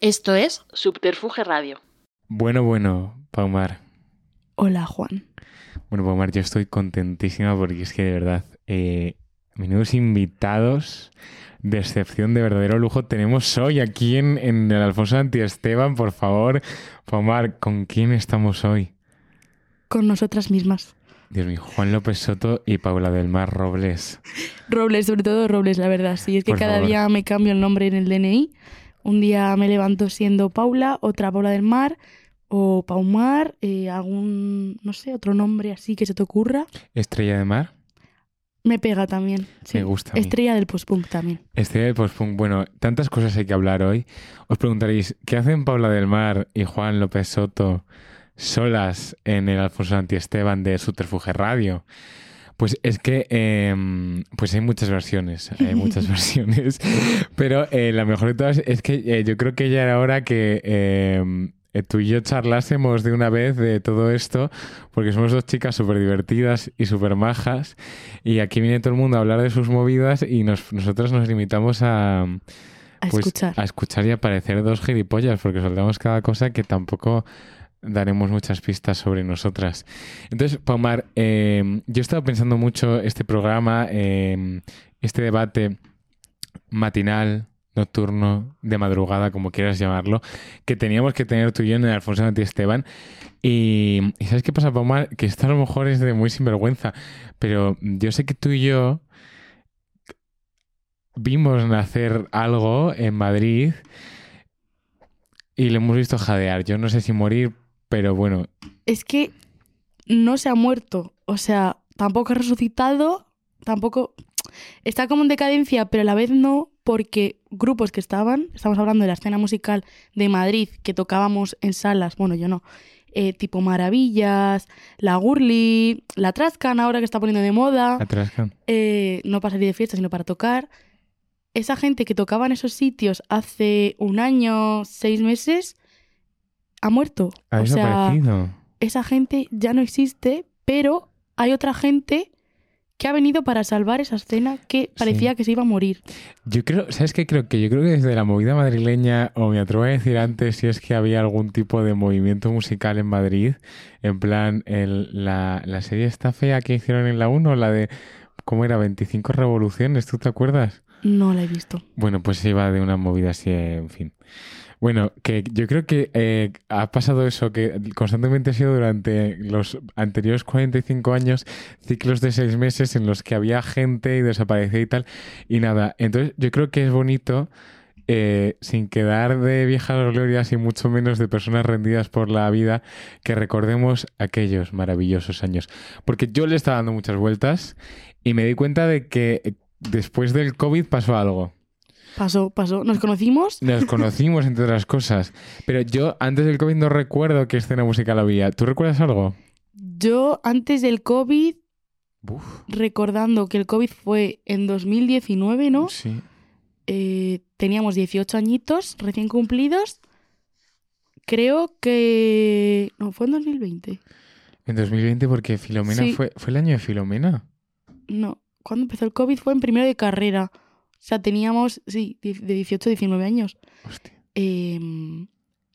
Esto es Subterfuge Radio. Bueno, bueno, Paumar. Hola Juan. Bueno, Paumar, yo estoy contentísima porque es que de verdad, eh, menudos invitados de excepción de verdadero lujo tenemos hoy aquí en, en el Alfonso Antiesteban, por favor. Paumar, ¿con quién estamos hoy? Con nosotras mismas. Dios mío, Juan López Soto y Paula del Mar Robles. Robles, sobre todo Robles, la verdad. Sí, es que Por cada favor. día me cambio el nombre en el DNI. Un día me levanto siendo Paula, otra Paula del Mar o Paumar, eh, algún, no sé, otro nombre así que se te ocurra. Estrella de Mar, Me pega también. sí. me gusta. a mí. Estrella del post-punk también. Estrella del post-punk. Este, pues, Bueno, tantas cosas hay que hablar hoy. Os preguntaréis, ¿qué hacen Paula del Mar y Juan López Soto solas en el Alfonso Antiesteban de Subterfuge Radio? Pues es que em, pues hay muchas versiones, hay muchas versiones, pero eh, la mejor de todas es que eh, yo creo que ya era hora que em, eh, tú y yo charlásemos de una vez de todo esto, porque somos dos chicas súper divertidas y súper majas, y aquí viene todo el mundo a hablar de sus movidas y nos- nosotros nos limitamos a, A pues, escuchar. a escuchar y a parecer dos gilipollas, porque soltamos cada cosa que tampoco daremos muchas pistas sobre nosotras. Entonces, Paumar, eh, yo he estado pensando mucho este programa, eh, este debate matinal, nocturno, de madrugada, como quieras llamarlo, que teníamos que tener tú y yo en el Alfonso Nati Esteban. Y, ¿y ¿sabes qué pasa, Paumar? Que esto a lo mejor es de muy sinvergüenza, pero yo sé que tú y yo vimos nacer algo en Madrid y lo hemos visto jadear. Yo no sé si morir, pero bueno, Es que no se ha muerto. O sea, tampoco ha resucitado, tampoco... Está como en decadencia, pero a la vez no, porque grupos que estaban, estamos hablando de la escena musical de Madrid, que tocábamos en salas, bueno, yo no, eh, tipo Maravillas, La Gurli, La Trascan ahora que está poniendo de Ah. moda, Atrascan. eh, no para salir de fiesta, sino para tocar. Esa gente que tocaba en esos sitios hace un año, seis meses, ha muerto. Ha o sea, desaparecido. esa gente ya no existe, pero hay otra gente que ha venido para salvar esa escena que parecía que se iba a morir. Yo creo, ¿sabes qué creo? Que yo creo que desde la movida madrileña, o me atrevo a decir antes, si es que había algún tipo de movimiento musical en Madrid, en plan, el- la, la serie está fea que hicieron en la 1, la de, ¿cómo era? 25 revoluciones, ¿tú te acuerdas? No la he visto. Bueno, pues se iba de una movida así, eh, en fin. Bueno, que yo creo que eh, ha pasado eso, que constantemente ha sido durante los anteriores 45 años ciclos de seis meses en los que había gente y desaparecía y tal, y nada. Entonces yo creo que es bonito, eh, sin quedar de viejas glorias y mucho menos de personas rendidas por la vida, que recordemos aquellos maravillosos años. Porque yo le estaba dando muchas vueltas y me di cuenta de que eh, después del COVID pasó algo. Pasó, pasó. Nos conocimos. Nos conocimos, entre otras cosas. Pero yo antes del COVID no recuerdo qué escena musical había. ¿Tú recuerdas algo? Yo antes del COVID, recordando que el COVID fue en 2019, ¿no? Sí. Eh, teníamos 18 añitos recién cumplidos. Creo que... No, fue en 2020. En 2020 porque Filomena Sí. fue... ¿Fue el año de Filomena? No, cuando empezó el COVID fue en primero de carrera. O sea, teníamos, sí, die- de 18 a 19 años. Hostia. eh,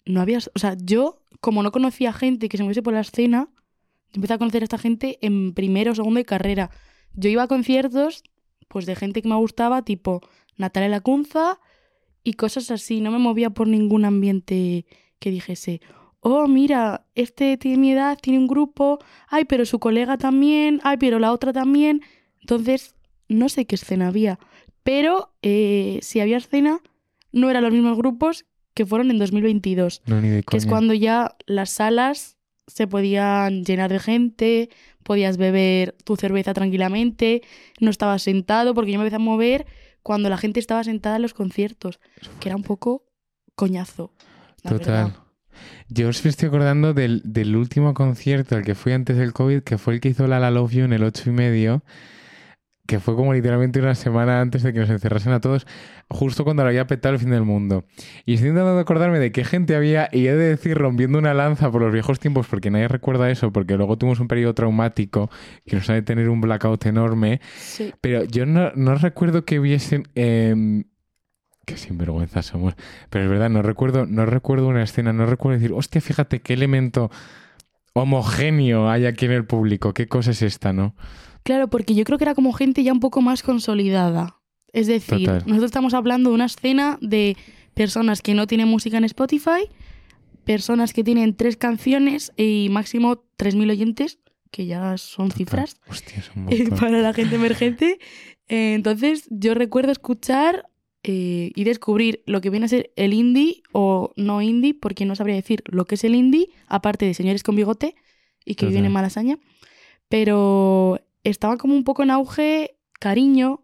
no había. O sea, yo, como no conocía gente que se moviese por la escena, yo empecé a conocer a esta gente en primero o segundo de carrera. Yo iba a conciertos, pues de gente que me gustaba, tipo Natalia Lacunza y cosas así. No me movía por ningún ambiente que dijese. Oh, mira, este tiene mi edad, tiene un grupo. Ay, pero su colega también. Ay, pero la otra también. Entonces, no sé qué escena había. Pero eh, si había escena, no eran los mismos grupos que fueron en 2022, No, ni de que coña. es cuando ya las salas se podían llenar de gente, podías beber tu cerveza tranquilamente, no estabas sentado, porque yo me empecé a mover cuando la gente estaba sentada en los conciertos, que era un poco coñazo. la Total. verdad. Yo os estoy acordando del, del último concierto al que fui antes del COVID, que fue el que hizo la La Love You en el 8 y medio, que fue como literalmente una semana antes de que nos encerrasen a todos, justo cuando lo había petado el fin del mundo. Y estoy intentando acordarme de qué gente había, y he de decir, rompiendo una lanza por los viejos tiempos, porque nadie recuerda eso, porque luego tuvimos un periodo traumático que nos ha de tener un blackout enorme, Sí. pero yo no, no recuerdo que hubiesen em, Qué sinvergüenzas somos. Pero es verdad, no recuerdo, no recuerdo una escena, no recuerdo decir, hostia, fíjate qué elemento homogéneo hay aquí en el público, qué cosa es esta, ¿no? Claro, porque yo creo que era como gente ya un poco más consolidada. Es decir, Total. nosotros estamos hablando de una escena de personas que no tienen música en Spotify, personas que tienen tres canciones y máximo 3.000 oyentes, que ya son Total. cifras Hostia, es un eh, montón. para la gente emergente. Eh, entonces, yo recuerdo escuchar eh, y descubrir lo que viene a ser el indie o no indie, porque no sabría decir lo que es el indie, aparte de señores con bigote y que viven en Total. Malasaña. Pero estaba como un poco en auge Cariño,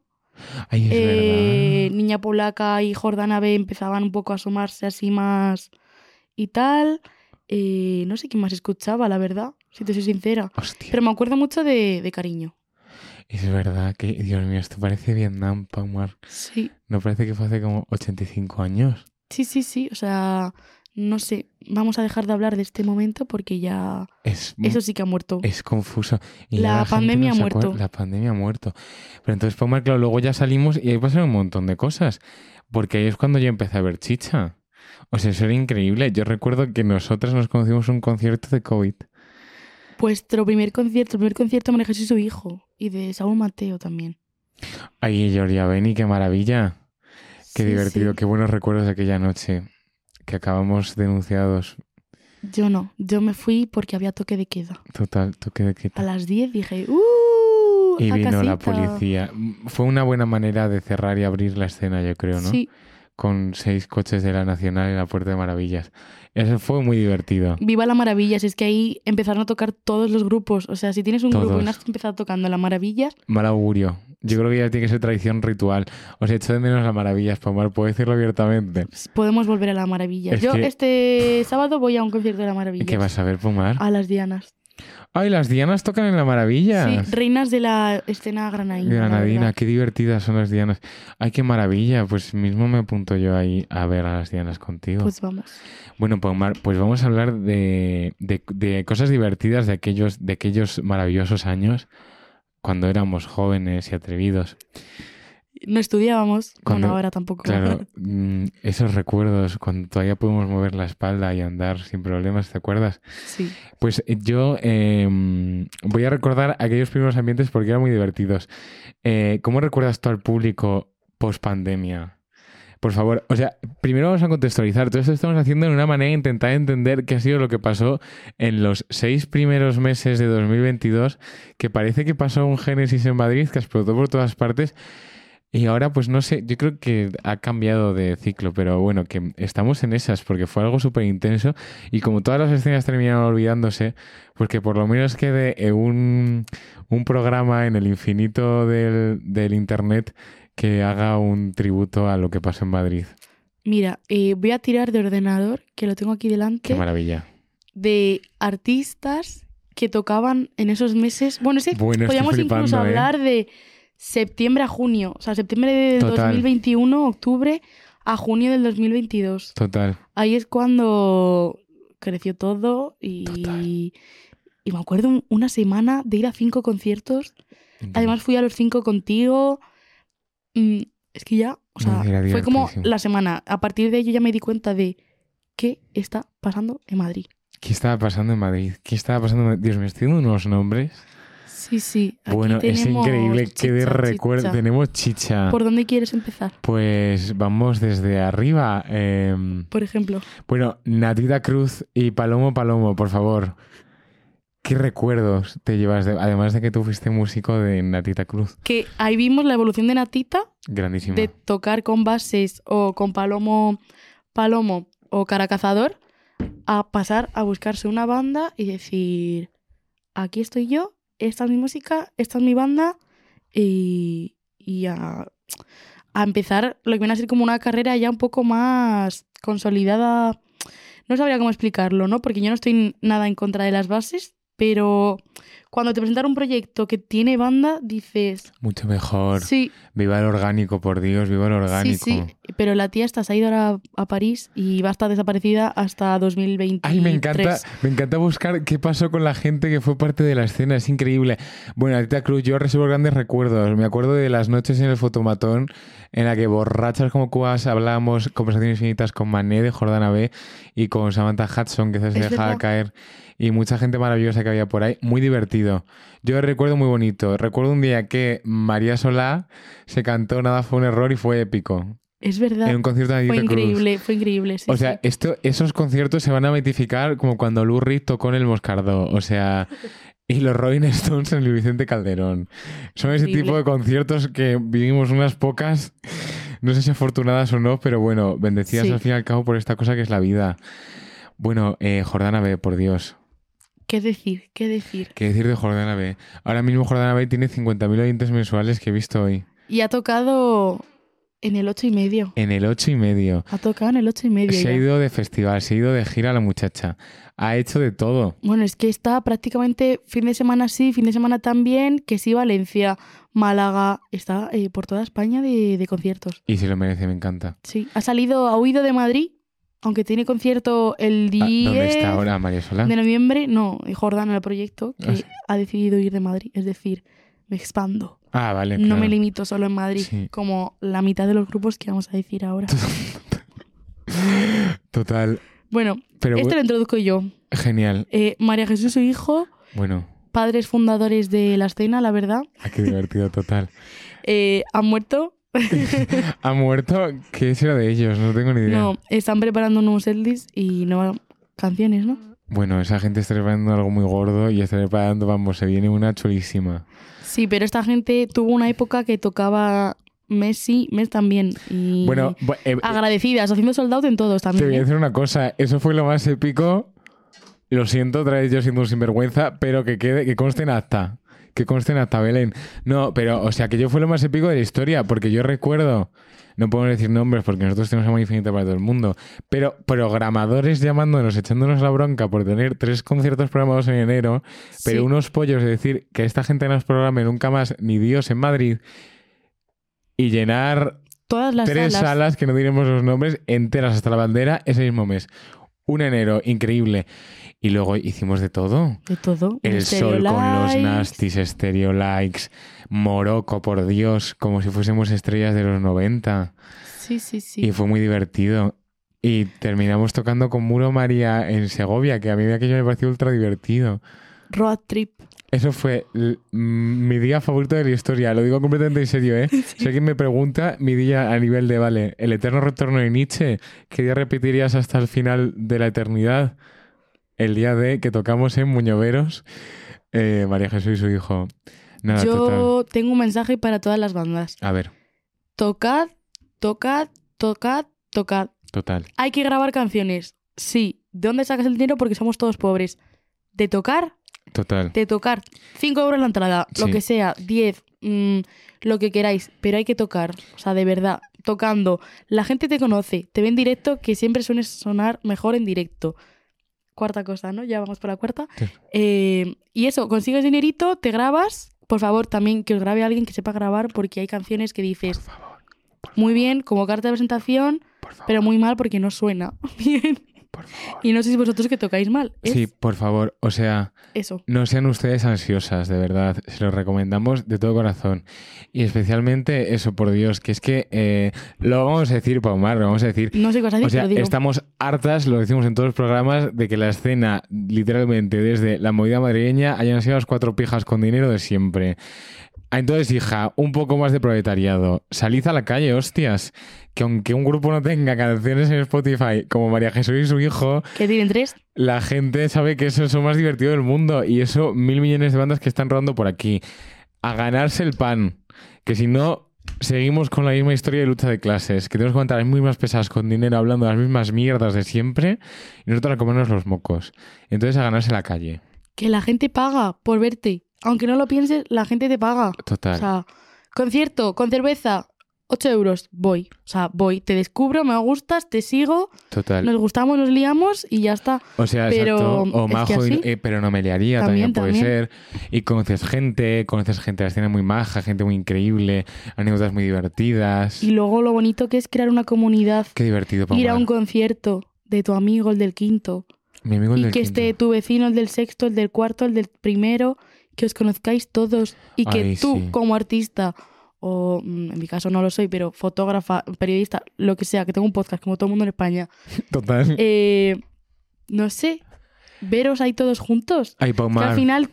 Ay, es eh, verdad. Niña Polaca y Jordana B empezaban un poco a asomarse así más y tal. Eh, no sé quién más escuchaba, la verdad, si te soy sincera. Hostia. Pero me acuerdo mucho de, de Cariño. Es verdad que, Dios mío, esto parece Vietnam, Paumar. Sí. No parece que fue hace como 85 años. Sí, sí, sí. O sea, no sé. Vamos a dejar de hablar de este momento porque ya. Es, Eso sí que ha muerto. es confuso. Y ya La gente pandemia no se ha acuer- muerto. La pandemia ha muerto. Pero entonces, Paumar, claro, luego ya salimos y ahí pasaron un montón de cosas. Porque ahí es cuando yo empecé a ver chicha. O sea, eso era increíble. Yo recuerdo que nosotras nos conocimos en un concierto de COVID. Vuestro primer concierto, el primer concierto de María Jesús y su hijo. Y de Saúl Mateo también. Ay, Georgia Beni, qué maravilla. Qué Sí, divertido, sí. qué buenos recuerdos de aquella noche. Que acabamos denunciados. Yo no. Yo me fui porque había toque de queda. Total, toque de quita. A las 10 dije, ¡Uh! Y a vino la casita". policía. Mm, Fue una buena manera de cerrar y abrir la escena, yo creo, ¿no? Sí. Con seis coches de la Nacional en la Puerta de Maravillas. Eso fue muy divertido. Viva la Maravilla, si es que ahí empezaron a tocar todos los grupos. O sea, si tienes un grupo Todos. y no has empezado tocando la Maravilla, Mal augurio. Yo creo que ya tiene que ser tradición ritual. Os echo de menos la Maravillas, Pomar. Puedo decirlo abiertamente. podemos volver a la Maravilla. Es Yo que- este sábado voy a un concierto de la ¿Y Maravilla. qué vas a ver, Pomar? A las Dianas. ¡Ay, las dianas tocan en la Sí, Maravilla! reinas de la escena granadina. la Granadina, verdad. qué divertidas son las dianas. ¡Ay, qué maravilla! Pues mismo me apunto yo ahí a ver a las dianas contigo. Pues vamos. Bueno, Pomar, pues vamos a hablar de, de- de cosas divertidas de aquellos, de aquellos maravillosos años cuando éramos jóvenes y atrevidos. No estudiábamos, Cuando- bueno, ahora tampoco. Claro, mm, esos recuerdos cuando todavía podemos mover la espalda y andar sin problemas, ¿te acuerdas? sí. Pues eh, yo eh, voy a recordar aquellos primeros ambientes porque eran muy divertidos. Eh, ¿Cómo recuerdas tú al público post pandemia? Por favor, o sea, primero vamos a contextualizar. Todo esto estamos haciendo de una manera de intentar entender qué ha sido lo que pasó en los seis primeros meses de 2022, que parece que pasó un génesis en Madrid que explotó por todas partes. Y ahora, pues no sé, yo creo que ha cambiado de ciclo, pero bueno, que estamos en esas porque fue algo súper intenso. Y como todas las escenas terminaron olvidándose, pues que por lo menos quede eh, un, un programa en el infinito del, del internet que haga un tributo a lo que pasó en Madrid. Mira, eh, voy a tirar de ordenador, que lo tengo aquí Qué delante, maravilla. de artistas que tocaban en esos meses. Bueno, sí, Bueno, estoy podríamos flipando, incluso ¿eh? hablar de septiembre a junio. O sea, septiembre de Total. 2021, octubre a junio del 2022. Total. Ahí es cuando creció todo y. Total. Y me acuerdo un- una semana de ir a cinco conciertos Además fui a los cinco contigo. Mm, Es que ya, o No, sea, era fue como divertidísimo. la semana. A partir de ello ya me di cuenta de qué está pasando en Madrid. ¿Qué estaba pasando en Madrid? ¿Qué estaba pasando en Madrid? Dios mío, estoy dando unos nombres. Sí, sí. aquí bueno, es tenemos increíble que de chicha, recuerdo. chicha. Tenemos chicha. ¿Por dónde quieres empezar? Pues vamos desde arriba. em, Por ejemplo, Bueno, Natita Cruz y Palomo Palomo, por favor. ¿Qué recuerdos te llevas? de- además de que tú fuiste músico de Natita Cruz. que ahí vimos la evolución de Natita Grandísimo. de tocar con bases o con Palomo, Palomo o Caracazador a pasar a buscarse una banda y decir, aquí estoy yo, esta es mi música, esta es mi banda y, y a, a empezar lo que viene a ser como una carrera ya un poco más consolidada. No sabría cómo explicarlo, ¿no? Porque yo no estoy nada en contra de las bases, pero cuando te presentan un proyecto que tiene banda, dices, Mucho mejor. sí, Viva el orgánico, por Dios, viva el sí, orgánico. sí, pero la tía hasta se ha ido ahora a París y va a estar desaparecida hasta 2023. Ay, me encanta, me encanta buscar qué pasó con la gente que fue parte de la escena, es increíble. Bueno, Tita Cruz, yo recibo grandes recuerdos. Me acuerdo de las noches en el fotomatón en la que borrachas como cubas hablábamos conversaciones infinitas con Mané de Jordana B y con Samantha Hudson, que se Es dejaba verdad. caer, y mucha gente maravillosa que había por ahí. Muy divertido. Yo recuerdo muy bonito. Recuerdo un día que María Solá se cantó Nada fue un error y fue épico. Es verdad. En un concierto de Fue Tita Cruz. increíble, fue increíble. sí, O sea, sí. esto, esos conciertos se van a mitificar como cuando Lou Reed tocó en el Moscardó, o sea, y los Rolling Stones en el Vicente Calderón. Son ese Horrible. tipo de conciertos que vivimos unas pocas, no sé si afortunadas o no, pero bueno, bendecidas Sí. al fin y al cabo por esta cosa que es la vida. Bueno, eh, Jordana B, por Dios. ¿Qué decir? ¿Qué decir? ¿Qué decir de Jordana B? Ahora mismo Jordana B tiene 50.000 oyentes mensuales que he visto hoy. Y ha tocado en el ocho y medio. En el ocho y medio. Ha tocado en el ocho y medio. Se ya. ha ido de festival, se ha ido de gira la muchacha. Ha hecho de todo. Bueno, es que está prácticamente fin de semana sí, fin de semana también, que sí, Valencia, Málaga, está eh, por toda España de, de conciertos. Y se lo merece, me encanta. Sí, ha salido, ha huido de Madrid, aunque tiene concierto el Ah, 10 ¿Dónde está ahora María Solá? de noviembre, no, Jordana, el proyecto, que Ah, sí. ha decidido ir de Madrid, es decir, me expando. Ah, vale. No claro. me limito solo en Madrid, Sí. como la mitad de los grupos que vamos a decir ahora. Total. Bueno, Pero esto lo bu- introduzco yo. genial. Eh, María Jesús, su hijo, Bueno, padres fundadores de la escena, la verdad, ah, qué divertido, total. eh, han muerto. ¿Ha muerto? ¿Qué será de ellos? No tengo ni idea. No, están preparando nuevos setlist y nuevas canciones, ¿no? Bueno, esa gente está preparando algo muy gordo y está preparando, vamos, se viene una chulísima. Sí, pero esta gente tuvo una época que tocaba Messi, Messi también. Y Bueno, bu- eh, eh, agradecidas, haciendo soldado en todos te también. voy a ¿eh? decir una cosa. Eso fue lo más épico. Lo siento, otra vez yo siendo un sinvergüenza, pero que quede, que conste en acta. Que conste en acta, Belén. No, pero, o sea, que yo fue lo más épico de la historia, porque yo recuerdo, no podemos decir nombres porque nosotros tenemos amor infinito para todo el mundo, pero programadores llamándonos, echándonos la bronca por tener tres conciertos programados en enero, pero Sí. unos pollos de decir que esta gente no nos programe nunca más ni Dios en Madrid y llenar Todas las tres salas. salas. que no diremos los nombres enteras hasta la bandera ese mismo mes. Un enero increíble. Y luego hicimos de todo. De todo. El Stereo sol con los Lights. nasties, stereo likes, Morocco, por Dios, como si fuésemos estrellas de los 90. Sí, sí, sí. Y fue muy divertido. Y terminamos tocando con Muro María en Segovia, que a mí aquello me pareció ultra divertido. Road trip. Eso fue l- mm, mi día favorito de la historia, lo digo completamente en serio, ¿eh? Si alguien me pregunta, mi día a nivel de, vale, el eterno retorno de Nietzsche, ¿qué día repetirías hasta el final de la eternidad? El día de que tocamos en Muñoveros, eh, María Jesús y su hijo. Nada, Ah, total. Yo tengo un mensaje para todas las bandas. A ver, Tocad, tocad, tocad, tocad. total. Hay que grabar canciones. Sí. ¿De dónde sacas el dinero? Porque somos todos pobres. De tocar, Total. de tocar. 5 euros la entrada, Sí. lo que sea, 10, mm, lo que queráis. Pero hay que tocar. O sea, de verdad, tocando. La gente te conoce, te ve en directo, que siempre suele sonar mejor en directo. Cuarta cosa, ¿no? Ya vamos por la cuarta. Sí. Eh, y eso, consigues dinerito, te grabas. Por favor, también que os grabe alguien que sepa grabar, porque hay canciones que dices. Por favor, Muy bien, como carta de presentación, por favor, pero muy mal porque no suena bien. por favor. Y no sé si vosotros que tocáis mal. Es Sí, por favor, o sea... eso. No sean ustedes ansiosas, de verdad. Se los recomendamos de todo corazón. Y especialmente eso, por Dios, que es que eh, lo vamos a decir, Paumar, lo vamos a decir. No sé qué vas a decir, O sea, pero digo. estamos hartas, lo decimos en todos los programas, de que la escena, literalmente desde la movida madrileña, hayan sido las cuatro pijas con dinero de siempre. Ah, Entonces, hija, un poco más de proletariado. Salid a la calle, hostias. Que aunque un grupo no tenga canciones en Spotify, como María Jesús y su hijo, Que tienen tres. la gente sabe que eso es lo más divertido del mundo y eso mil millones de bandas que están rodando por aquí. A ganarse el pan, que si no seguimos con la misma historia de lucha de clases, que tenemos que aguantar las mismas pesas con dinero hablando las mismas mierdas de siempre y nosotros a comernos los mocos. Entonces a ganarse la calle. Que la gente paga por verte. Aunque no lo pienses, la gente te paga. Total. O sea, concierto, con cerveza, 8 euros, voy. O sea, voy, te descubro, me gustas, te sigo, Total. nos gustamos, nos liamos y ya está. O sea, Pero exacto. O es que majo, y- así. eh, pero no me liaría, también, También, puede también. ser. Y conoces gente, conoces gente de la escena muy maja, gente muy increíble, anécdotas muy divertidas. Y luego lo bonito que es crear una comunidad, Qué divertido, Pamela. ir a un concierto de tu amigo, el del quinto, Mi amigo el y del que este quinto. esté tu vecino, el del sexto, el del cuarto, el del primero, que os conozcáis todos y que Ay, tú sí. como artista o mm, en mi caso no lo soy, pero fotógrafa, periodista, lo que sea, que tengo un podcast como todo el mundo en España, Total. eh, no sé, veros ahí todos juntos. Ay, Que al Paumar, final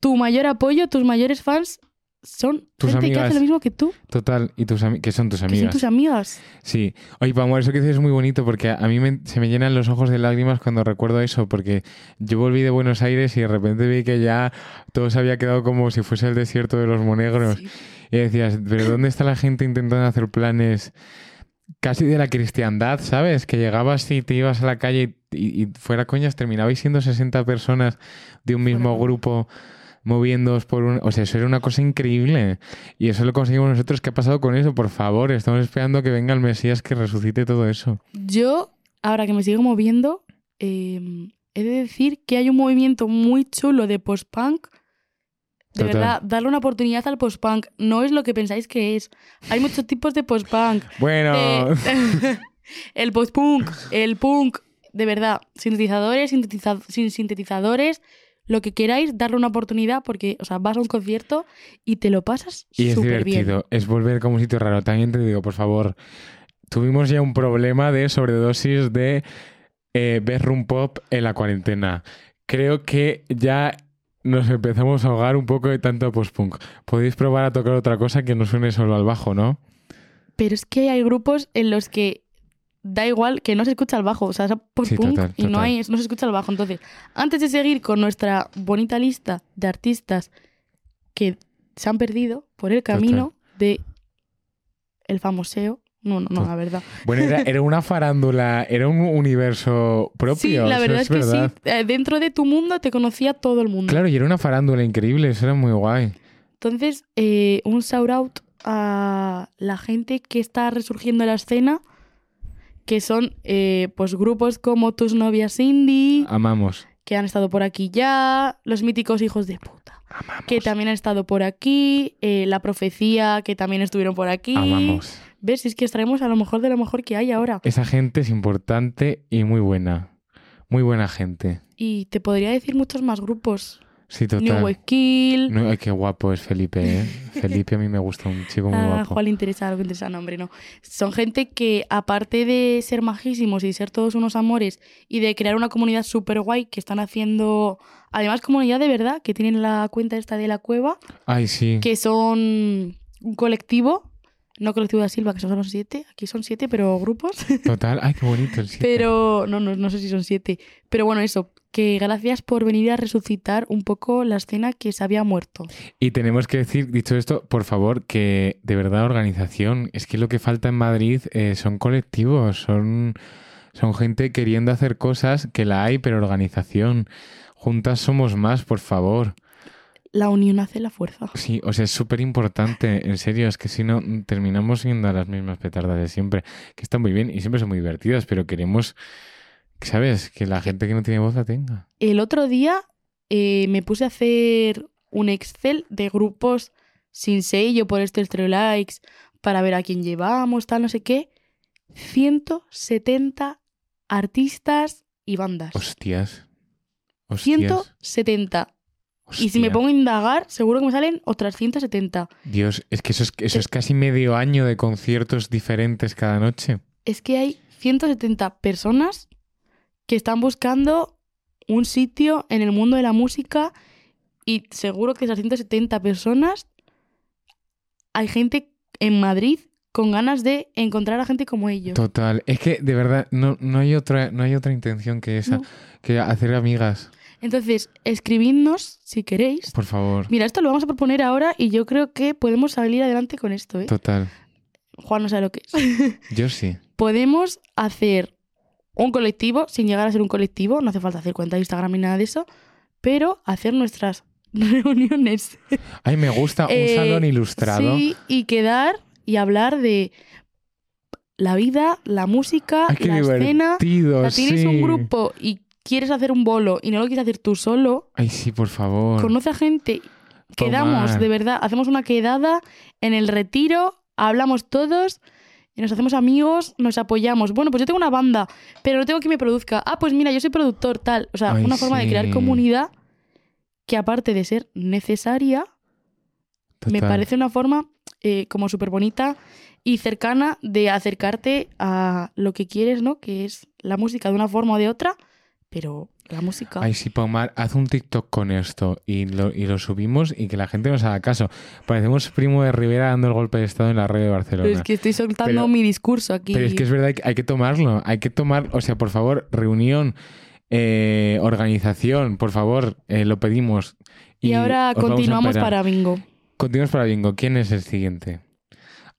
tu mayor apoyo, tus mayores fans son Tus gente que amigas. hace lo mismo que tú, total. Y tus ami- que son tus que son amigas. tus amigas. Sí. Oye, Paumar, eso que dices es muy bonito porque a mí me- se me llenan los ojos de lágrimas cuando recuerdo eso, porque yo volví de Buenos Aires y de repente vi que ya todo se había quedado como si fuese el desierto de los monegros. Sí. Y decías, pero ¿dónde está la gente intentando hacer planes casi de la cristiandad, sabes? Que llegabas y te ibas a la calle y, y- y fuera coñas, terminabais siendo 60 personas de un mismo Fuera coñas. grupo moviéndoos por un... O sea, eso era una cosa increíble. Y eso lo conseguimos nosotros. ¿Qué ha pasado con eso? Por favor, estamos esperando que venga el Mesías que resucite todo eso. Yo, ahora que me sigo moviendo, eh, he de decir que hay un movimiento muy chulo de post-punk. De Total. verdad, darle una oportunidad al post-punk no es lo que pensáis que es. Hay muchos tipos de post-punk. Bueno, Eh, el post-punk, el punk, de verdad, sintetizadores, sintetiza- sin sintetizadores, lo que queráis, darle una oportunidad porque, o sea, vas a un concierto y te lo pasas y es súper divertido. bien. Es volver como un sitio raro. También te digo, por favor, tuvimos ya un problema de sobredosis de eh, bedroom pop en la cuarentena. Creo que ya nos empezamos a ahogar un poco de tanto post-punk. Podéis probar a tocar otra cosa que no suene solo al bajo, ¿no? Pero es que hay grupos en los que da igual que no se escucha el bajo, o sea, es post-punk total, y no, total. hay, no se escucha el bajo. Entonces, antes de seguir con nuestra bonita lista de artistas que se han perdido por el camino de el famoseo, no, no, no, Tot- la verdad. Bueno, era, era una farándula, era un universo propio. Sí, la eso verdad es que verdad. sí. Eh, Dentro de tu mundo te conocía todo el mundo. Claro, y era una farándula increíble, eso era muy guay. Entonces, eh, un shout out a la gente que está resurgiendo en la escena, que son eh, pues grupos como Tus novias indie, Ah. Amamos. que han estado por aquí ya, los míticos hijos de puta, que también han estado por aquí, eh, La Profecía, que también estuvieron por aquí. Amamos. ¿Ves? Si es que extraemos a lo mejor de lo mejor que hay ahora. Esa gente es importante y muy buena. Muy buena gente. Y te podría decir muchos más grupos. Sí, total. New Wave Kill, No, ay, qué guapo es Felipe, ¿eh? Felipe a mí me gusta, un chico muy Ah, guapo. Juan le interesa, algo interesa, no, hombre, no. Son gente que, aparte de ser majísimos y ser todos unos amores y de crear una comunidad súper guay que están haciendo, además, comunidad de verdad, que tienen la cuenta esta de la cueva, Ay, sí. que son un colectivo, no colectivo de Silva, que son solo siete, aquí son siete, pero grupos. Total. Ay, qué bonito el sitio. Pero no, no, no sé si son siete. Pero bueno, eso, que gracias por venir a resucitar un poco la escena que se había muerto. Y tenemos que decir, dicho esto, por favor, que de verdad organización. Es que lo que falta en Madrid eh, son colectivos, son, son gente queriendo hacer cosas que la hay, pero organización. Juntas somos más, por favor. La unión hace la fuerza. Sí, o sea, es súper importante, en serio, es que si no mm, terminamos yendo a las mismas petardas de siempre, que están muy bien y siempre son muy divertidas, pero queremos, ¿sabes? Que la gente que no tiene voz la tenga. El otro día eh, me puse a hacer un Excel de grupos sin sello por estos tres likes para ver a quién llevamos, tal, no sé qué. 170 artistas y bandas. Hostias. Hostias. 170. Y si me Hostia. pongo a indagar, seguro que me salen otras 170. Dios, es que eso es, eso es casi medio año de conciertos diferentes cada noche. Es que hay 170 personas que están buscando un sitio en el mundo de la música y seguro que esas 170 personas hay gente en Madrid con ganas de encontrar a gente como ellos. Total. Es que de verdad no, no hay otra, no hay otra intención que esa, No. que hacer amigas, Entonces, escribidnos si queréis. por favor. Mira, esto lo vamos a proponer ahora y yo creo que podemos salir adelante con esto, ¿eh? Total. Juan no sabe lo que es. Yo sí. podemos hacer un colectivo sin llegar a ser un colectivo, no hace falta hacer cuenta de Instagram ni nada de eso, pero hacer nuestras reuniones. Ay, me gusta un Eh, salón ilustrado. Sí, y quedar y hablar de la vida, la música, Ay, qué Ah, la escena. divertido, O sea, tienes sí. un grupo y quieres hacer un bolo y no lo quieres hacer tú solo, Ay, sí, por favor. conoce a gente, quedamos, Tomar. de verdad, hacemos una quedada en el retiro, hablamos todos y nos hacemos amigos, nos apoyamos. Bueno, pues yo tengo una banda, pero no tengo quien me produzca. Ah, pues mira, yo soy productor, tal. O sea, Ay, una forma de crear sí. comunidad que aparte de ser necesaria, me Total. parece una forma eh, como súper bonita y cercana de acercarte a lo que quieres, ¿no? Que es la música de una forma o de otra, pero la música. Ay, sí, Pomar, haz un TikTok con esto y lo, y lo subimos y que la gente nos haga caso. Parecemos primo de Rivera dando el golpe de estado en la red de Barcelona. pero es que estoy soltando Pero- mi discurso aquí. Pero es que es verdad que hay que tomarlo, hay que tomar, o sea, por favor, reunión, eh, organización, por favor, eh, lo pedimos. y, ahora os vamos a continuamos emperar. para bingo. Continuamos para Bingo. ¿Quién es el siguiente?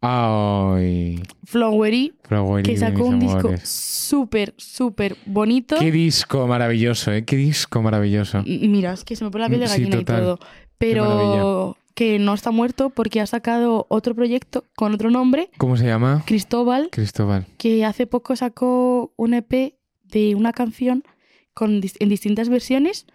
Ay, Flowery, Flowery que de sacó mis un disco amores. súper, súper bonito. Qué disco maravilloso, ¿eh? Qué disco maravilloso. M- Mira, es que se me pone la piel de Mm, sí, gallina total. y todo. Pero que no está muerto porque ha sacado otro proyecto con otro nombre, ¿Cómo se llama? Cristóbal, Cristóbal. que hace poco sacó un EP de una canción con, dis- en distintas versiones,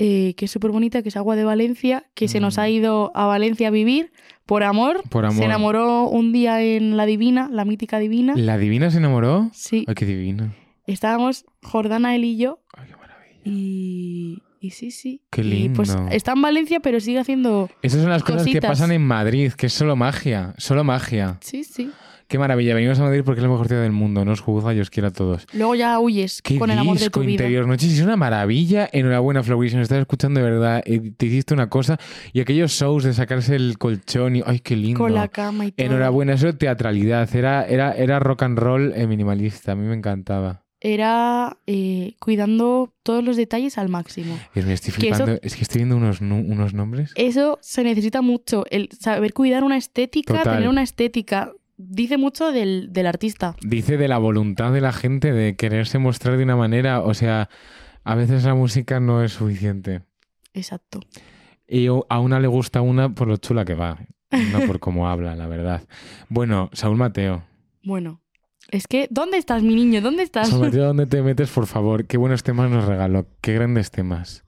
eh, que es súper bonita, que es Agua de Valencia, que se nos Mm. ha ido a Valencia a vivir por amor. Por amor. Se enamoró un día en La Divina, la mítica Divina. ¿La divina se enamoró? Sí, Ay, qué divino. estábamos Jordana, él y yo, Ay, qué maravilla. y, y sí, sí. Qué Y, pues lindo. está en Valencia, pero sigue haciendo... Esas son las cosas que Cositas. pasan en Madrid, que es solo magia, solo magia. Sí, sí. Qué maravilla, venimos a Madrid porque es la mejor ciudad del mundo, no os juzga, yo os quiero a todos. Luego ya huyes Qué con el amor de disco tu vida. interior noches, es una maravilla. Enhorabuena, Flowery, si nos estás escuchando de verdad, eh, te hiciste una cosa. Y aquellos shows de sacarse el colchón y... ¡Ay, qué lindo! Con la cama y todo. Enhorabuena, eso era teatralidad, era, era, era rock and roll eh, minimalista, a mí me encantaba. Era eh, cuidando todos los detalles al máximo. Dios mío, estoy Que eso- flipando, es que estoy viendo unos, nu- unos nombres. Eso se necesita mucho, el saber cuidar una estética, Total. tener una estética. Dice mucho del, del artista. Dice de la voluntad de la gente de quererse mostrar de una manera, o sea, a veces la música no es suficiente. Exacto. Y o- a una le gusta una por lo chula que va, no por cómo habla, la verdad. Bueno, Saúl Mateo. Bueno, es que, ¿dónde estás, mi niño? ¿Dónde estás? Saúl Mateo, ¿dónde te metes, por favor? Qué buenos temas nos regaló, qué grandes temas.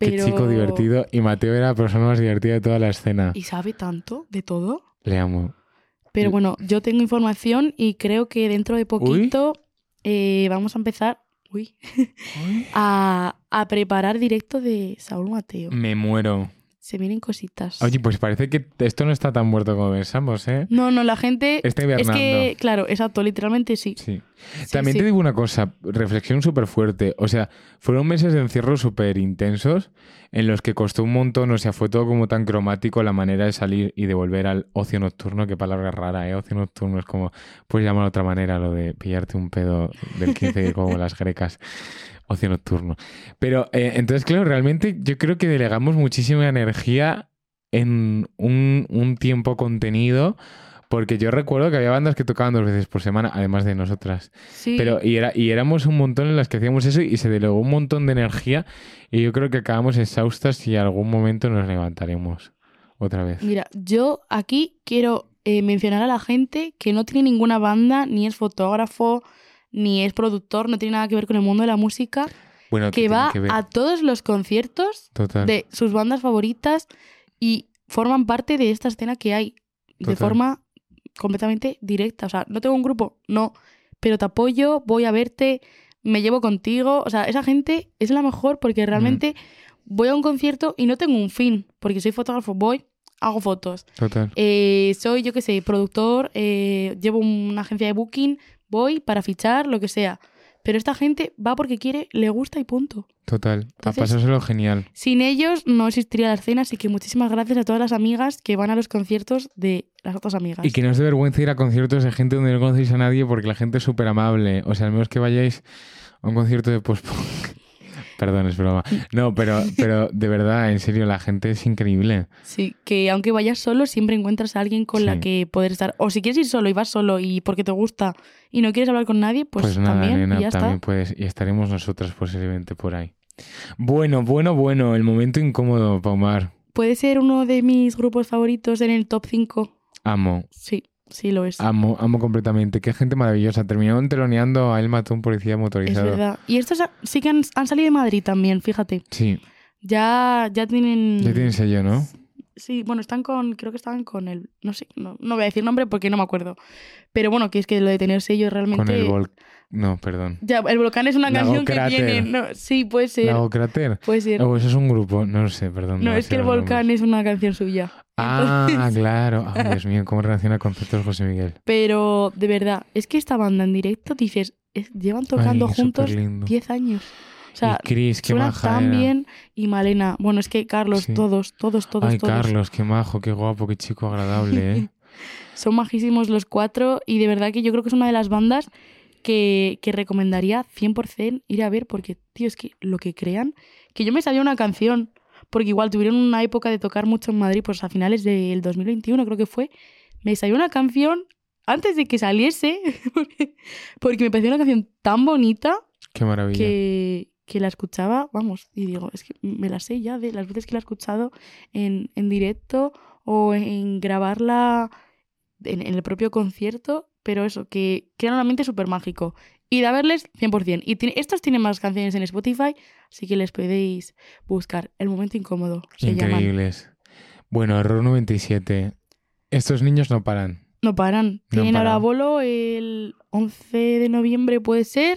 Qué Pero- chico divertido. Y Mateo era la persona más divertida de toda la escena. Y sabe tanto de todo. Le amo. Pero bueno, yo tengo información y creo que dentro de poquito eh, vamos a empezar uy, a, a preparar directo de Saúl Mateo. Me muero. Se vienen cositas. Mm. Oye, pues parece que esto no está tan muerto como pensamos, ¿eh? No, no, la gente... Está Es hibernando. que, claro, exacto, literalmente sí. Sí. Sí, También sí. te digo una cosa, reflexión súper fuerte. O sea, fueron meses de encierro súper intensos en los que costó un montón, o sea, fue todo como tan cromático la manera de salir y de volver al ocio nocturno. Qué palabra rara, ¿eh? Ocio nocturno es como, puedes llamar de otra manera lo de pillarte un pedo del 15 como las grecas. Ocio nocturno. Pero eh, entonces, claro, realmente yo creo que delegamos muchísima energía en un, un tiempo contenido. Porque yo recuerdo que había bandas que tocaban dos veces por semana, además de nosotras. Sí. Pero y, era, y éramos un montón en las que hacíamos eso y se delegó un montón de energía y yo creo que acabamos exhaustas y algún momento nos levantaremos otra vez. Mira, yo aquí quiero eh, mencionar a la gente que no tiene ninguna banda, ni es fotógrafo, ni es productor, no tiene nada que ver con el mundo de la música, Bueno, que tiene va ver. a todos los conciertos Total. de sus bandas favoritas y forman parte de esta escena que hay de Total. forma completamente directa. O sea, no tengo un grupo, no, pero te apoyo, voy a verte, me llevo contigo. O sea, esa gente es la mejor porque realmente voy a un concierto y no tengo un fin, porque soy fotógrafo, voy, hago fotos. Total. Eh, soy, yo qué sé, productor, eh, llevo una agencia de booking, voy para fichar, lo que sea. Pero esta gente va porque quiere, le gusta y punto. Total. entonces- a pasárselo genial. Sin ellos no existiría la escena, así que muchísimas gracias a todas las amigas que van a los conciertos de las otras amigas. Y que no os dé vergüenza ir a conciertos de gente donde no conocéis a nadie porque la gente es súper amable. O sea, al menos que vayáis a un concierto de post-punk. Perdón, es broma. No, pero, pero de verdad, en serio, la gente es increíble. Sí, que aunque vayas solo, siempre encuentras a alguien con la Sí. que poder estar. O si quieres ir solo y vas solo y porque te gusta y no quieres hablar con nadie, pues, Pues, nada, también, nena, y ya también está. puedes. Y estaremos nosotras posiblemente por ahí. Bueno, bueno, bueno, el momento incómodo, Pomar. Puede ser uno de mis grupos favoritos en el top 5. Amo. Sí. Sí, lo es. Amo, amo completamente. Qué gente maravillosa. Terminaron teloneando a él mató a un policía es motorizado. verdad. Y estos ha- sí que han, han salido de Madrid también, fíjate. Sí, Ya, ya tienen. ya tiene sello, ¿no? Sí, bueno, están con. Creo que estaban con el. No sé, no, no voy a decir nombre porque no me acuerdo. Pero bueno, que es que lo de tener sello realmente. Con el vol... No, perdón. Ya, el volcán es una Lago canción que Cráter. tiene. no, sí, puede ser. Lago Cráter. Puede ser. O Oh, eso es un grupo, no lo sé, perdón. no, es que el demasiados volcán nombres. es una canción suya. Ah, claro. Ay, Dios mío, cómo relaciona conceptos José Miguel. Pero de verdad, es que esta banda en directo dices, es- llevan tocando Ay, juntos superlindo. 10 años. O sea, y Chris, qué suena maja tan era. bien. Y Malena, bueno, es que Carlos, Sí. todos, todos, todos, Ay, todos. Carlos, qué majo, qué guapo, qué chico agradable, ¿eh? Son majísimos los cuatro y de verdad que yo creo que es una de las bandas que, que recomendaría 100% ir a ver porque, tío, es que lo que crean, que yo me sabía una canción, porque igual tuvieron una época de tocar mucho en Madrid, pues a finales del 2021 creo que fue, me sabía una canción antes de que saliese, porque, porque me pareció una canción tan bonita Qué maravilla. que, que la escuchaba, vamos, y digo, es que me la sé ya de las veces que la he escuchado en, en directo o en grabarla en, en el propio concierto, pero eso, que, que era un ambiente súper mágico. Y de haberles 100%. Y tiene- estos tienen más canciones en Spotify, así que les podéis buscar. El momento incómodo se llaman. Increíbles. Bueno, error 97. Estos niños no paran. No paran. No Tienen ahora paran. bolo el 11 de noviembre, puede ser.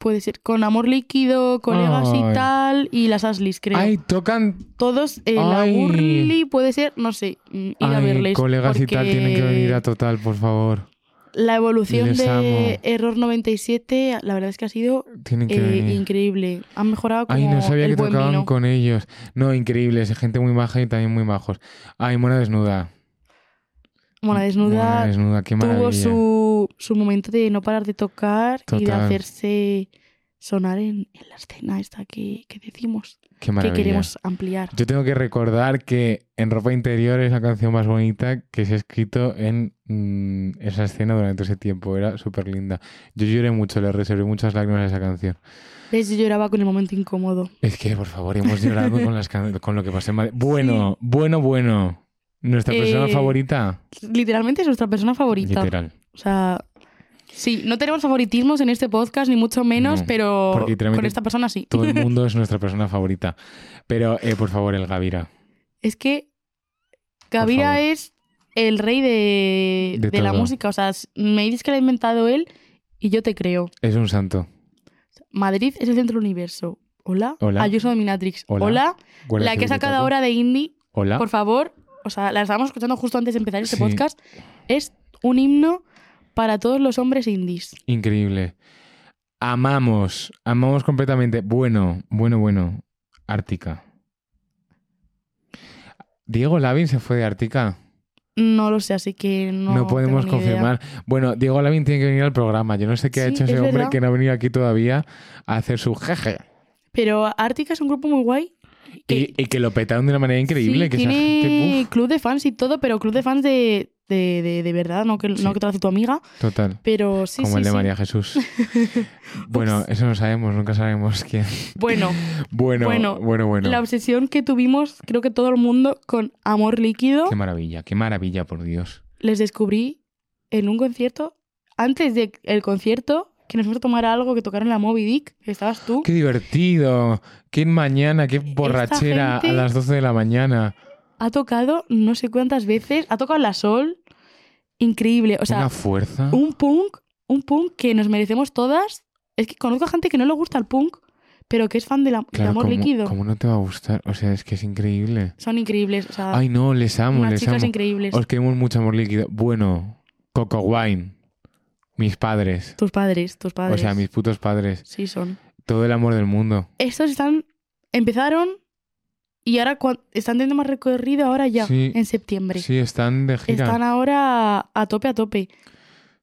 Puede ser con Amor Líquido, Colegas Ay. y tal, y las Aslis, creo. Ay, tocan. todos eh, la Ay. Burli puede ser, no sé, mm, ir a Ay, verles. colegas y tal porque tienen que venir a total, por favor. La evolución Les amo. de Error 97, la verdad es que ha sido Tienen que eh, venir. increíble. Han mejorado como Ay, no sabía el que buen tocaban vino. con ellos. No, increíbles. Gente muy maja y también muy majos. Ay, Mona Desnuda. Mona Mona Desnuda Desnuda, qué maravilla. tuvo su, su momento de no parar de tocar y de Total. hacerse sonar en, en la escena esta que, que decimos, Qué que maravilla. queremos ampliar. Yo tengo que recordar que En ropa interior es la canción más bonita que se ha escrito en mm, esa escena durante ese tiempo. Era súper linda. Yo lloré mucho, le reservé muchas lágrimas a esa canción. ¿Ves? Yo lloraba con el momento incómodo. Es que, por favor, hemos llorado con, las can- con lo que pasó en Madrid. Bueno, bueno, bueno. Nuestra persona Eh, favorita. Literalmente es nuestra persona favorita. Literal. O sea, sí, no tenemos favoritismos en este podcast, ni mucho menos, No, pero porque literalmente con esta persona sí. Todo el mundo es nuestra persona favorita. Pero, eh, por favor, el Gavira. Es que Gavira favor. es el rey de, De de la todo. música. O sea, s- me dices que lo ha inventado él y yo te creo. Es un santo. Madrid es el centro del universo. Hola. Hola. Ayuso Dominatrix. Hola. Hola. Guardia La que Civil ha de sacado Taco. ahora de Indie, Hola. por favor. O sea, la estábamos escuchando justo antes de empezar este Ah. Sí. podcast. Es un himno para todos los hombres indies. Increíble. Amamos, amamos completamente. Bueno, bueno, bueno. Ártica. Diego Lavin se fue de Ártica. No lo sé, así que no. No, podemos tengo ni idea. confirmar. Bueno, Diego Lavin tiene que venir al programa. Yo no sé qué ha Sí, hecho ese es hombre verdad. que no ha venido aquí todavía a hacer su jeje. Pero Ártica es un grupo muy guay. Y, y que lo petaron de una manera increíble. sí, que esa tiene gente, club de fans y todo, pero club de fans de, de, de, de verdad, no que, Sí. no que te lo hace tu amiga. uf, total. Pero sí, como sí, el de sí. María Jesús. bueno, eso no sabemos, nunca sabemos quién. Bueno, Bueno, bueno, Bueno, bueno. la obsesión que tuvimos, creo que todo el mundo, con Amor Líquido, Qué maravilla, qué maravilla, por Dios. les descubrí en un concierto, antes del concierto, que nos fuimos a tomar algo, que tocaron la Moby Dick, que estabas tú. Qué divertido. Qué mañana, qué borrachera gente- a las 12 de la mañana. Ha tocado no sé cuántas veces, ha tocado la Sol. Increíble. O sea, Una fuerza. un punk, un punk que nos merecemos todas. Es que conozco a gente que no le gusta el punk, pero que es fan del am- del Claro, amor ¿cómo- líquido. ¿Cómo no te va a gustar? O sea, es que es increíble. Son increíbles, o sea, Ay, no, les amo, unas les chicas amo. increíbles. Os queremos mucho amor líquido. Bueno, Coco Wine. Mis padres. Tus padres, tus padres. O sea, mis putos padres. Sí, son. Todo el amor del mundo. Estos están, empezaron y ahora cua- están teniendo más recorrido ahora ya, Sí. en septiembre. Sí, están de gira. están ahora a tope, a tope.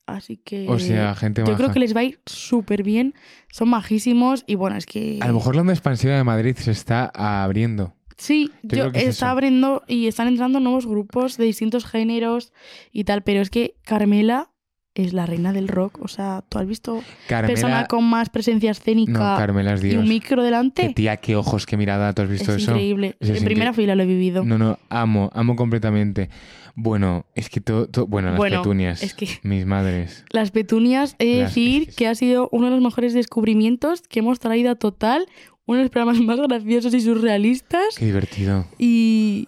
Así que O sea, gente yo maja. creo que les va a ir súper bien. Son majísimos y bueno, es que... A lo mejor la onda expansiva de Madrid se está abriendo. Sí, Yo yo creo que es está eso. abriendo y están entrando nuevos grupos de distintos géneros y tal, pero es que Carmela es la reina del rock. O sea, ¿tú has visto Carmela, persona con más presencia escénica no, Carmela es y Dios. un micro Qué delante? tía, qué ojos, qué mirada, ¿tú has Es visto eso? increíble. Eso es en primera fila lo he vivido. No, no, amo, amo completamente. Bueno, es que todo, todo- bueno, las Bueno, petunias, es que- mis madres. Las petunias, he de Las- decir que ha sido uno de los mejores descubrimientos que hemos traído a total, uno de los programas más graciosos y surrealistas. Qué divertido. Y.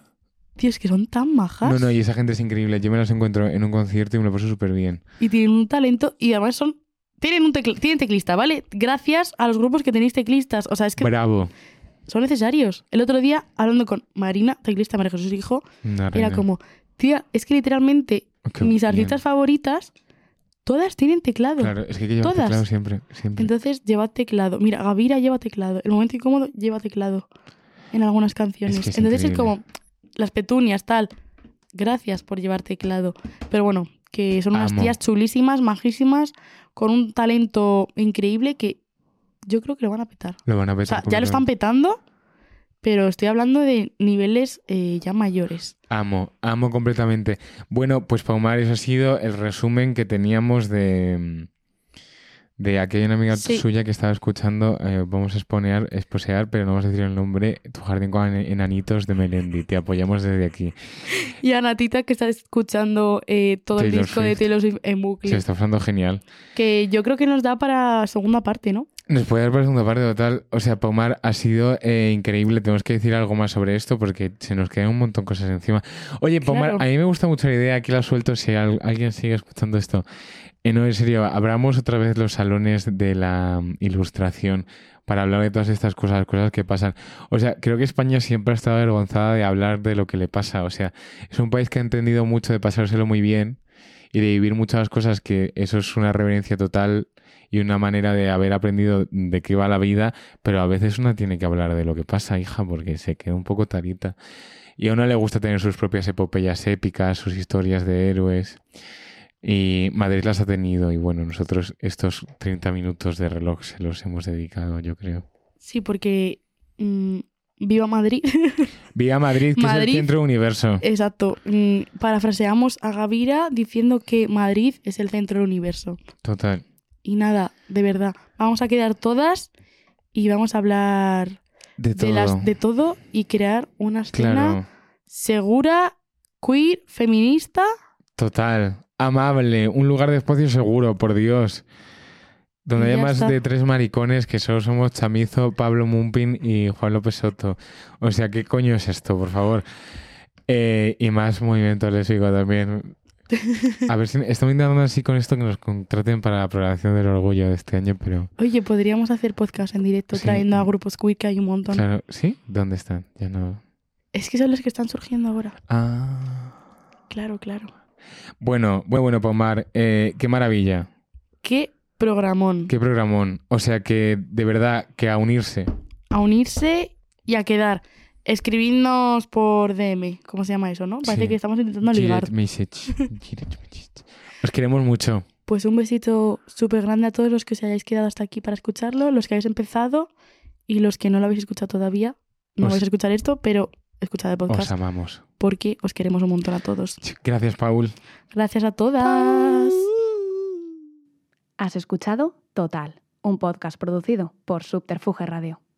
Tío, es que son tan majas. No, no, y esa gente es increíble. Yo me las encuentro en un concierto y me lo paso súper bien. Y tienen un talento y además son. Tienen, un tecl- tienen teclista, ¿vale? Gracias a los grupos que tenéis teclistas. O sea, es que Bravo. son necesarios. El otro día, hablando con Marina, teclista María Jesús Hijo, Una era reina. como, tía, es que literalmente Qué mis bien. artistas favoritas, todas tienen teclado. Claro, es que hay que llevar Todas. teclado siempre. siempre. Entonces lleva teclado. Mira, Gavira lleva teclado. El momento incómodo lleva teclado en algunas canciones. Es que es Entonces es increíble. como las petunias, tal. Gracias por llevar teclado. Pero bueno, que son unas Amo. tías chulísimas, majísimas, con un talento increíble que yo creo que lo van a petar. lo van a O petar. sea, ya lo están completamente. petando, pero estoy hablando de niveles eh, ya mayores. Amo, amo completamente. Bueno, pues Paumar, eso ha sido el resumen que teníamos de. De aquella una amiga Sí. suya que estaba escuchando, eh, vamos a exponear, esposear, pero no vamos a decir el nombre, Tu jardín con enanitos de Melendi. Te apoyamos desde aquí. Y a Natita que está escuchando eh, todo el Taylor disco de Swift. Taylor Swift en bucle. Se está pasando genial. Que yo creo que nos da para segunda parte, ¿no? Nos puede dar para la segunda parte total. O sea, Paumar ha sido eh, increíble. Tenemos que decir algo más sobre esto porque se nos quedan un montón de cosas encima. Oye, Paumar, Claro. a mí me gusta mucho la idea. Aquí la suelto si al- alguien sigue escuchando esto. Eh, no, en serio, abramos otra vez los salones de la mm, ilustración para hablar de todas estas cosas, cosas que pasan. O sea, creo que España siempre ha estado avergonzada de hablar de lo que le pasa. O sea, es un país que ha entendido mucho de pasárselo muy bien y de vivir muchas cosas que eso es una reverencia total y una manera de haber aprendido de qué va la vida, pero a veces una tiene que hablar de lo que pasa, hija, porque se queda un poco tarita. Y a uno le gusta tener sus propias epopeyas épicas, sus historias de héroes. Y Madrid las ha tenido y bueno, nosotros estos 30 minutos de reloj se los hemos dedicado, yo creo. Sí, porque mm, viva Madrid. Vía Madrid, que es el Madrid. eh, centro del universo. Exacto. Mm, parafraseamos a Gavira diciendo que Madrid es el centro del universo. Total. Y nada, de verdad. Vamos a quedar todas y vamos a hablar De todo. de, las, de todo y crear una escena claro. segura, queer, feminista. Total. Amable. Un lugar de espacio seguro, por Dios. Donde Y hay ya más está. de tres maricones que solo somos Chamizo, Pablo Mumpin y Juan López Soto. O sea, ¿qué coño es esto, por favor? Eh, y más movimiento lésbico también. A ver si estamos intentando así con esto que nos contraten para la programación del orgullo de este año, pero Oye, podríamos hacer podcast en directo Sí. trayendo a grupos queer que hay un montón. claro, ¿sí? ¿Dónde están? Ya no. Es que son los que están surgiendo ahora. Ah. Claro, claro. Bueno, bueno, bueno, Pomar, eh, qué maravilla. Qué programón. Qué programón. O sea que, de verdad, que a unirse. a unirse y a quedar. Escribidnos por DM, ¿cómo se llama eso, no? Parece Sí. que estamos intentando ligar. Direct message. Direct message. Os queremos mucho. Pues un besito súper grande a todos los que os hayáis quedado hasta aquí para escucharlo, los que habéis empezado y los que no lo habéis escuchado todavía. No Os- vais a escuchar esto, pero escuchad el podcast Os amamos. porque os queremos un montón a todos. Gracias, Paul. Gracias a todas. Has escuchado Total, un podcast producido por Subterfuge Radio.